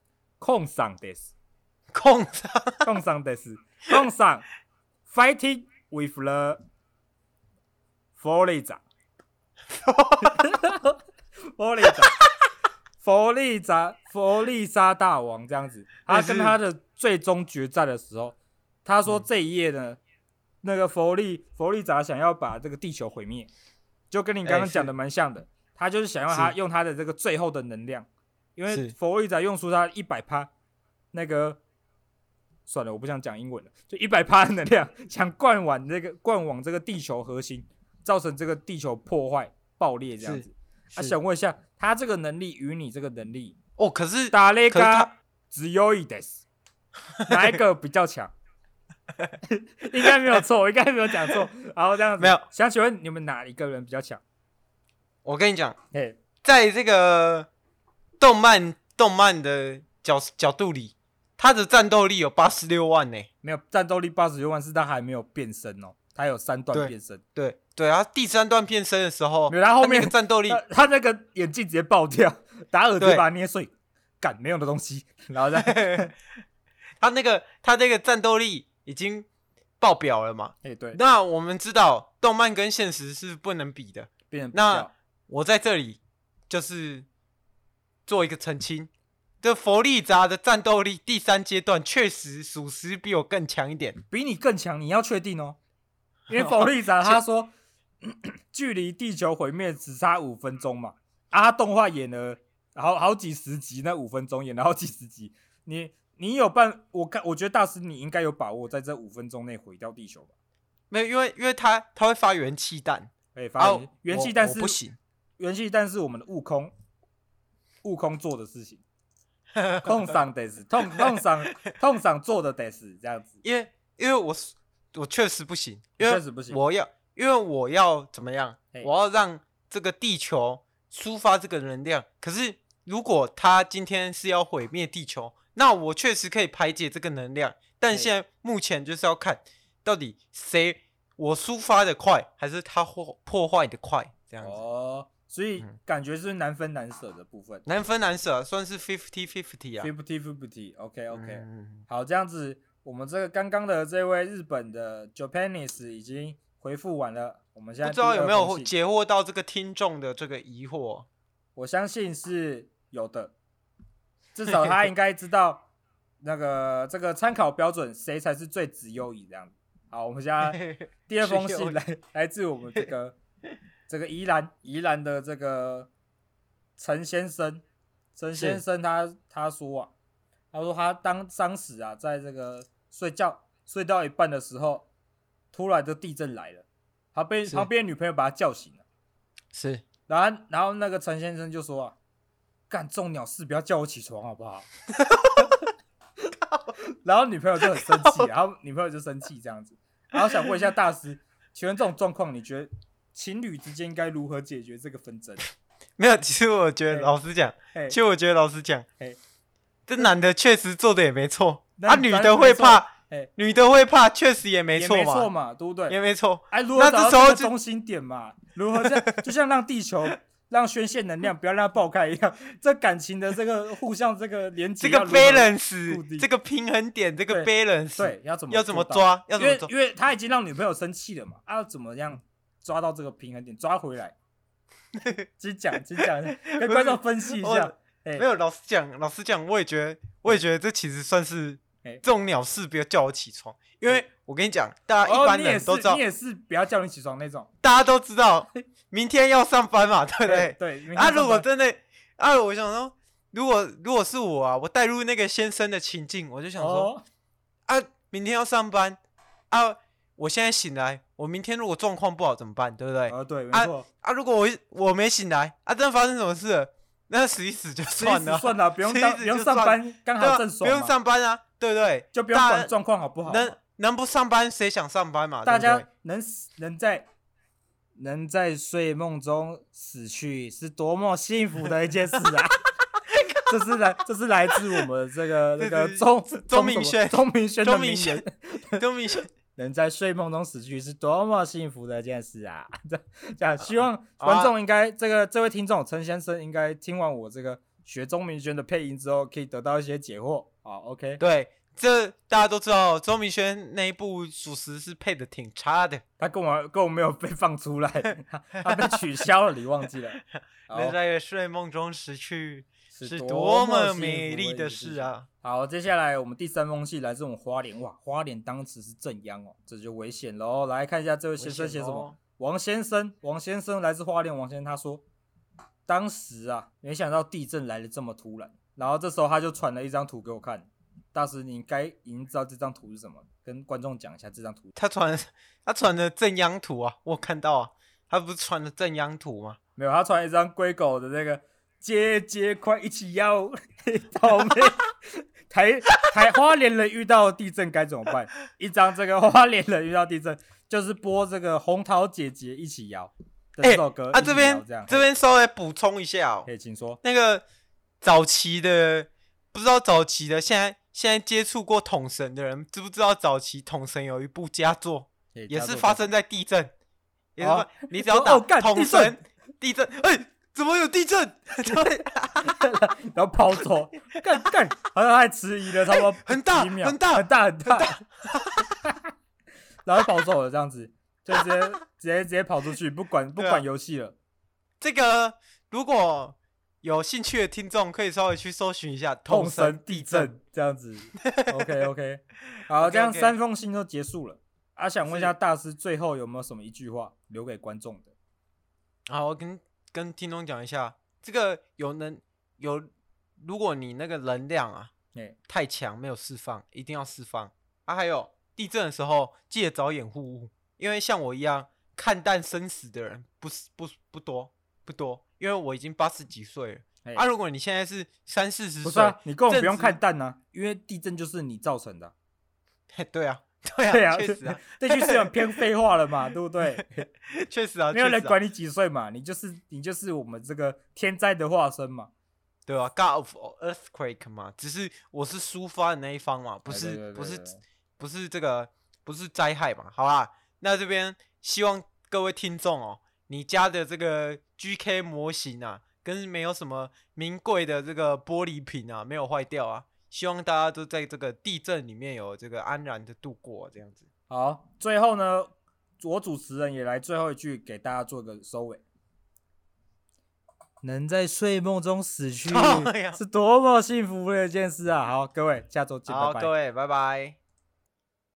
Speaker 1: (coughs) 空上 des
Speaker 2: 空上
Speaker 1: 空上 des 空上 fighting with the
Speaker 2: (laughs)
Speaker 1: Forza Forza Forza Forza 大王这样子。他跟他的最终决战的时候，他
Speaker 2: 嗯
Speaker 1: 说这一页呢，那个佛利佛利扎想要把这个地球毁灭，就跟你刚
Speaker 2: 哎
Speaker 1: 刚
Speaker 2: 是
Speaker 1: 讲的蛮像的。他就是想要他
Speaker 2: 是
Speaker 1: 用他的这个最后的能量，因为
Speaker 2: 是
Speaker 1: 佛利扎用出他一百趴那个。算了，我不想讲英文了。就一百趴的能量， (laughs) 想灌往这个灌往这个地球核心，造成这个地球破坏爆裂这样
Speaker 2: 是
Speaker 1: 子。啊，
Speaker 2: 是
Speaker 1: 想问一下，他这个能力与你这个能力
Speaker 2: 哦，可是
Speaker 1: 打雷
Speaker 2: 可是
Speaker 1: 嘎
Speaker 2: 他
Speaker 1: 只有一 des，哪一个比较强？ (laughs) 应该没有错，我应该没有讲错。然后这样子，
Speaker 2: 没有
Speaker 1: 想请问你们哪一个人比较强？
Speaker 2: 我跟你讲，
Speaker 1: 嘿，
Speaker 2: 在这个动漫动漫的角角度里，他的战斗力有八十六万呢、
Speaker 1: 没有战斗力八十六万，是他还没有变身哦，他有三段
Speaker 2: 对
Speaker 1: 变身，
Speaker 2: 对对，他第三段变身的时候，
Speaker 1: 没有他后面
Speaker 2: 那个战斗力
Speaker 1: 他他那个眼镜直接爆掉，
Speaker 2: (laughs)
Speaker 1: 打耳
Speaker 2: 对
Speaker 1: 朵把它捏碎，干没有的东西，然
Speaker 2: (laughs)
Speaker 1: 后再
Speaker 2: 他那个他那个战斗力已经爆表了嘛？
Speaker 1: 哎对，
Speaker 2: 那我们知道，动漫跟现实是不能比的。
Speaker 1: 变成比
Speaker 2: 那
Speaker 1: 较
Speaker 2: 我在这里就是做一个澄清，这佛利扎的战斗力第三阶段确实属实比我更强一点。
Speaker 1: 比你更强，你要确定哦。因为否利长他说， (coughs) 距离地球毁灭只差五分钟嘛，啊，他动画演了好好几十集，那五分钟演了好几十集，你你有办？我看我觉得大师你应该有把握在这五分钟内毁掉地球吧？
Speaker 2: 没有，因为因为他他会发元气弹，
Speaker 1: 哎、反
Speaker 2: 啊
Speaker 1: 正元气
Speaker 2: 我
Speaker 1: 弹
Speaker 2: 我
Speaker 1: 是
Speaker 2: 不行，
Speaker 1: 元气弹是我们的悟空，悟空做的事
Speaker 2: (laughs)
Speaker 1: 情，痛伤得死，痛痛伤痛伤做的得死，这样子
Speaker 2: 因为因为我是我确实不行，
Speaker 1: 你
Speaker 2: 因为
Speaker 1: 确实不行
Speaker 2: 我要因为我要怎么样
Speaker 1: 嘿？
Speaker 2: 我要让这个地球抒发这个能量。可是如果他今天是要毁灭地球，那我确实可以排解这个能量，但
Speaker 1: 嘿
Speaker 2: 现在目前就是要看到底谁我抒发的快，还是他破破坏的快，这样子、
Speaker 1: 哦，所以
Speaker 2: 嗯
Speaker 1: 感觉是难分难舍的部分。
Speaker 2: 难分难舍啊，算是 fifty fifty 啊。
Speaker 1: fifty fifty，OK OK，、
Speaker 2: 嗯
Speaker 1: 好，这样子，我们这个刚刚的这位日本的 Japanese 已经回复完了，我们现在
Speaker 2: 不知道
Speaker 1: 第
Speaker 2: 有
Speaker 1: 二
Speaker 2: 没有
Speaker 1: 封信
Speaker 2: 解惑到这个听众的这个疑惑？
Speaker 1: 我相信是有的，至少他应该知道那个这个参考标准谁才是最直优矣这样。好，我们现在第二封
Speaker 2: 直优
Speaker 1: 信
Speaker 2: 矣
Speaker 1: 来来自我们这个这个宜兰宜兰的这个陈先生，陈先生他他说啊，他说他当当时啊，在这个睡觉睡到一半的时候，突然的地震来了，他被
Speaker 2: 是
Speaker 1: 旁边女朋友把他叫醒了。
Speaker 2: (laughs) 是，
Speaker 1: 然后，然后那个陈先生就说啊：“干这种鸟事，不要叫我起床好不好？” (laughs) 然后女朋友就很生
Speaker 2: (laughs)
Speaker 1: 气，然后女朋友就生气这样子。然后想问一下大师，请问这种状况，你觉得情侣之间应该如何解决这个纷争？
Speaker 2: 没有。其实我觉得，
Speaker 1: 嘿
Speaker 2: 老实讲，
Speaker 1: 哎
Speaker 2: 其，实我觉得老实讲
Speaker 1: 嘿，
Speaker 2: 这男的确实做的也没错，
Speaker 1: 那
Speaker 2: 啊，
Speaker 1: 你
Speaker 2: 女
Speaker 1: 当然
Speaker 2: 的会
Speaker 1: 没错
Speaker 2: 怕，
Speaker 1: 哎，
Speaker 2: 女的会怕，确实也没
Speaker 1: 也
Speaker 2: 错
Speaker 1: 没错
Speaker 2: 嘛，
Speaker 1: 嘛，对不
Speaker 2: 也
Speaker 1: 对？
Speaker 2: 没错。
Speaker 1: 哎，如何
Speaker 2: 那这
Speaker 1: 找
Speaker 2: 时候
Speaker 1: 到这个
Speaker 2: 就
Speaker 1: 中心点嘛？如何这样，就像让地球。让宣泄能量不要让它爆开一样，这感情的这个互相这个连接
Speaker 2: 这
Speaker 1: 要
Speaker 2: 个
Speaker 1: 如何，固
Speaker 2: balance，
Speaker 1: 定
Speaker 2: 这个平衡点，这个 balance，
Speaker 1: 对，要怎么
Speaker 2: 要怎么
Speaker 1: 做到
Speaker 2: 抓？要
Speaker 1: 因
Speaker 2: 怎么
Speaker 1: 为
Speaker 2: 抓？
Speaker 1: 因为他已经让女朋友生气了嘛，啊，要怎么样抓到这个平衡点，抓回
Speaker 2: (laughs)
Speaker 1: 来？只讲只讲，跟观众分析一下
Speaker 2: 我。
Speaker 1: 哎
Speaker 2: 没有，老实讲，老实讲，我也觉得，我也觉得这其实算是
Speaker 1: 哎
Speaker 2: 这种鸟事，不要叫我起床，因为我跟你讲，大家一
Speaker 1: 哦，
Speaker 2: 般
Speaker 1: 你也
Speaker 2: 人
Speaker 1: 是
Speaker 2: 都知道
Speaker 1: 你，也是不要叫你起床那种。
Speaker 2: 大家都知道，明天要上班嘛，对不
Speaker 1: 对
Speaker 2: 对？
Speaker 1: 对，明天
Speaker 2: 啊，
Speaker 1: 上
Speaker 2: 如果
Speaker 1: 班
Speaker 2: 真的啊，我想说，如果如果是我啊，我带入那个先生的情境，我就想说、
Speaker 1: 哦，
Speaker 2: 啊，明天要上班啊，我现在醒来，我明天如果状况不好怎么办，对不对？
Speaker 1: 哦对，没
Speaker 2: 啊
Speaker 1: 错，
Speaker 2: 啊，如果我一我没醒来啊，真的发生什么事了，那死一死就
Speaker 1: 所以
Speaker 2: 算
Speaker 1: 死
Speaker 2: 了，
Speaker 1: 算了，不用
Speaker 2: 吃一
Speaker 1: 当
Speaker 2: 死
Speaker 1: 不用
Speaker 2: 就
Speaker 1: 上
Speaker 2: 算
Speaker 1: 班，刚
Speaker 2: 对
Speaker 1: 好
Speaker 2: 啊
Speaker 1: 正
Speaker 2: 不
Speaker 1: 爽嘛。
Speaker 2: 用上班啊，对不对？
Speaker 1: 就不用
Speaker 2: 大
Speaker 1: 管状况好不好嘛。
Speaker 2: 能能不上班谁想上班嘛？
Speaker 1: 大
Speaker 2: 对不
Speaker 1: 家能死能在能在睡梦中死去，是多么幸福的一件事
Speaker 2: (laughs)
Speaker 1: 啊！这是来这是来自我们这个那
Speaker 2: 对
Speaker 1: 个
Speaker 2: 对
Speaker 1: 钟
Speaker 2: 钟明轩
Speaker 1: 钟明轩
Speaker 2: 对
Speaker 1: 的
Speaker 2: 钟
Speaker 1: 名
Speaker 2: 明
Speaker 1: 言
Speaker 2: 轩，，钟明轩，
Speaker 1: 能在睡梦中死去是多么幸福的一件事啊！这这样，希望
Speaker 2: 啊
Speaker 1: 观众应该这个这位听众陈先生应该听完我这个学钟明轩的配音之后，可以得到一些解惑。好，OK，
Speaker 2: 对，这大家都知道，钟明轩那一部属实是配的挺差的，
Speaker 1: 他跟我跟我没有被放出来， (laughs) 他他被取消了，你忘记
Speaker 2: (laughs)
Speaker 1: 了？好
Speaker 2: 能在睡梦中死去是
Speaker 1: 是
Speaker 2: 多
Speaker 1: 么
Speaker 2: 么
Speaker 1: 幸
Speaker 2: 美
Speaker 1: 福
Speaker 2: 丽
Speaker 1: 一件
Speaker 2: 的事
Speaker 1: 情！
Speaker 2: 啊！
Speaker 1: 好，接下来我们第三封信来自我们花莲，哇，花莲当时是正央哦，这就危险喽。来看一下这位先生
Speaker 2: 危
Speaker 1: 写
Speaker 2: 险
Speaker 1: 什
Speaker 2: 咯
Speaker 1: 么？王先生，王先生来自花莲，王先生他说，当时啊，没想到地震来的这么突然，然后这时候他就传了一张图给我看，大师你应该已经知道这张图是什么，跟观众讲一下这张图。
Speaker 2: 他传他传的正央图啊，我看到啊，他不是传的正央图吗？
Speaker 1: 没有，他传一张龟狗的那个“姐姐快一起要 (laughs) 倒霉”，台台花莲人遇到地震该怎么办？一张这个花莲人遇到地震，就是播这个红桃姐姐一起摇的这首歌。
Speaker 2: 啊，
Speaker 1: 一起
Speaker 2: 这
Speaker 1: 摇
Speaker 2: 边
Speaker 1: 这样
Speaker 2: 这边稍微补充一下哦
Speaker 1: 可，以请说。
Speaker 2: 那个早期的不知道早期的，现在现在接触过统神的人，知不知道早期统神有一部佳作，
Speaker 1: 可以
Speaker 2: 也
Speaker 1: 加
Speaker 2: 是
Speaker 1: 入
Speaker 2: 发生在地震，也是
Speaker 1: 哦
Speaker 2: 发你只要
Speaker 1: 哦
Speaker 2: 打
Speaker 1: 哦干
Speaker 2: 统
Speaker 1: 地
Speaker 2: 神地震，哎，怎么有地震？ (laughs) 对，
Speaker 1: 观众，然后跑走， (laughs) 干干，好像还迟疑了差不多
Speaker 2: (laughs) 很大
Speaker 1: 几秒
Speaker 2: 很大
Speaker 1: 很大很大， (laughs) 然后跑走了这样子，就直接直接直接跑出去，不管不
Speaker 2: 对啊
Speaker 1: 管游戏了。
Speaker 2: 这个如果有兴趣的听众可以稍微去搜寻一下
Speaker 1: 痛
Speaker 2: 统
Speaker 1: 神
Speaker 2: 神
Speaker 1: 地
Speaker 2: 地震。
Speaker 1: 震这样
Speaker 2: (laughs)
Speaker 1: 子。OK OK，好，
Speaker 2: OK，OK
Speaker 1: 这样三封信都结束了。啊，想问一下大师，最后有没有什么一句话留给观众的？
Speaker 2: 好，我跟跟听众讲一下，这个有能有，如果你那个能量啊
Speaker 1: 哎、
Speaker 2: 太强，没有释放，一定要释放啊。还有地震的时候，记得找掩护物，因为像我一样看淡生死的人不是不不多不多，因为我已经八十几岁了、
Speaker 1: 哎
Speaker 2: 啊。如果你现在是三四十
Speaker 1: 不是
Speaker 2: 岁
Speaker 1: 啊，，你根本不用
Speaker 2: 正值
Speaker 1: 看淡啊，因为地震就是你造成的
Speaker 2: (laughs)
Speaker 1: 啊、
Speaker 2: 嘿 (laughs) 对啊对
Speaker 1: 对啊
Speaker 2: 啊，确、实啊，
Speaker 1: (laughs) 这句是很偏废话了嘛，对不对？
Speaker 2: (laughs) 确实啊，
Speaker 1: 没有
Speaker 2: 确
Speaker 1: 人
Speaker 2: 实啊
Speaker 1: 管你几岁嘛，你就是你就是我们这个天灾的化身嘛。
Speaker 2: 对啊，God of Earthquake 嘛，只是我是抒发的那一方嘛，不
Speaker 1: 哎
Speaker 2: 是、
Speaker 1: 对对对
Speaker 2: 不是
Speaker 1: 对对
Speaker 2: 不是这个不是灾害嘛，好啦，那这边希望各位听众哦，你家的这个 GK 模型啊，跟没有什么名贵的这个玻璃瓶啊，没有坏掉啊，希望大家都在这个地震里面有这个安然的度过，这样子。
Speaker 1: 好，最后呢，我主持人也来最后一句给大家做个收尾。能在睡梦中死去 (laughs)
Speaker 2: 哎呀
Speaker 1: 是多么幸福的一件事啊！好，各位，下周见，
Speaker 2: 好，
Speaker 1: 拜拜
Speaker 2: 各。位，拜拜。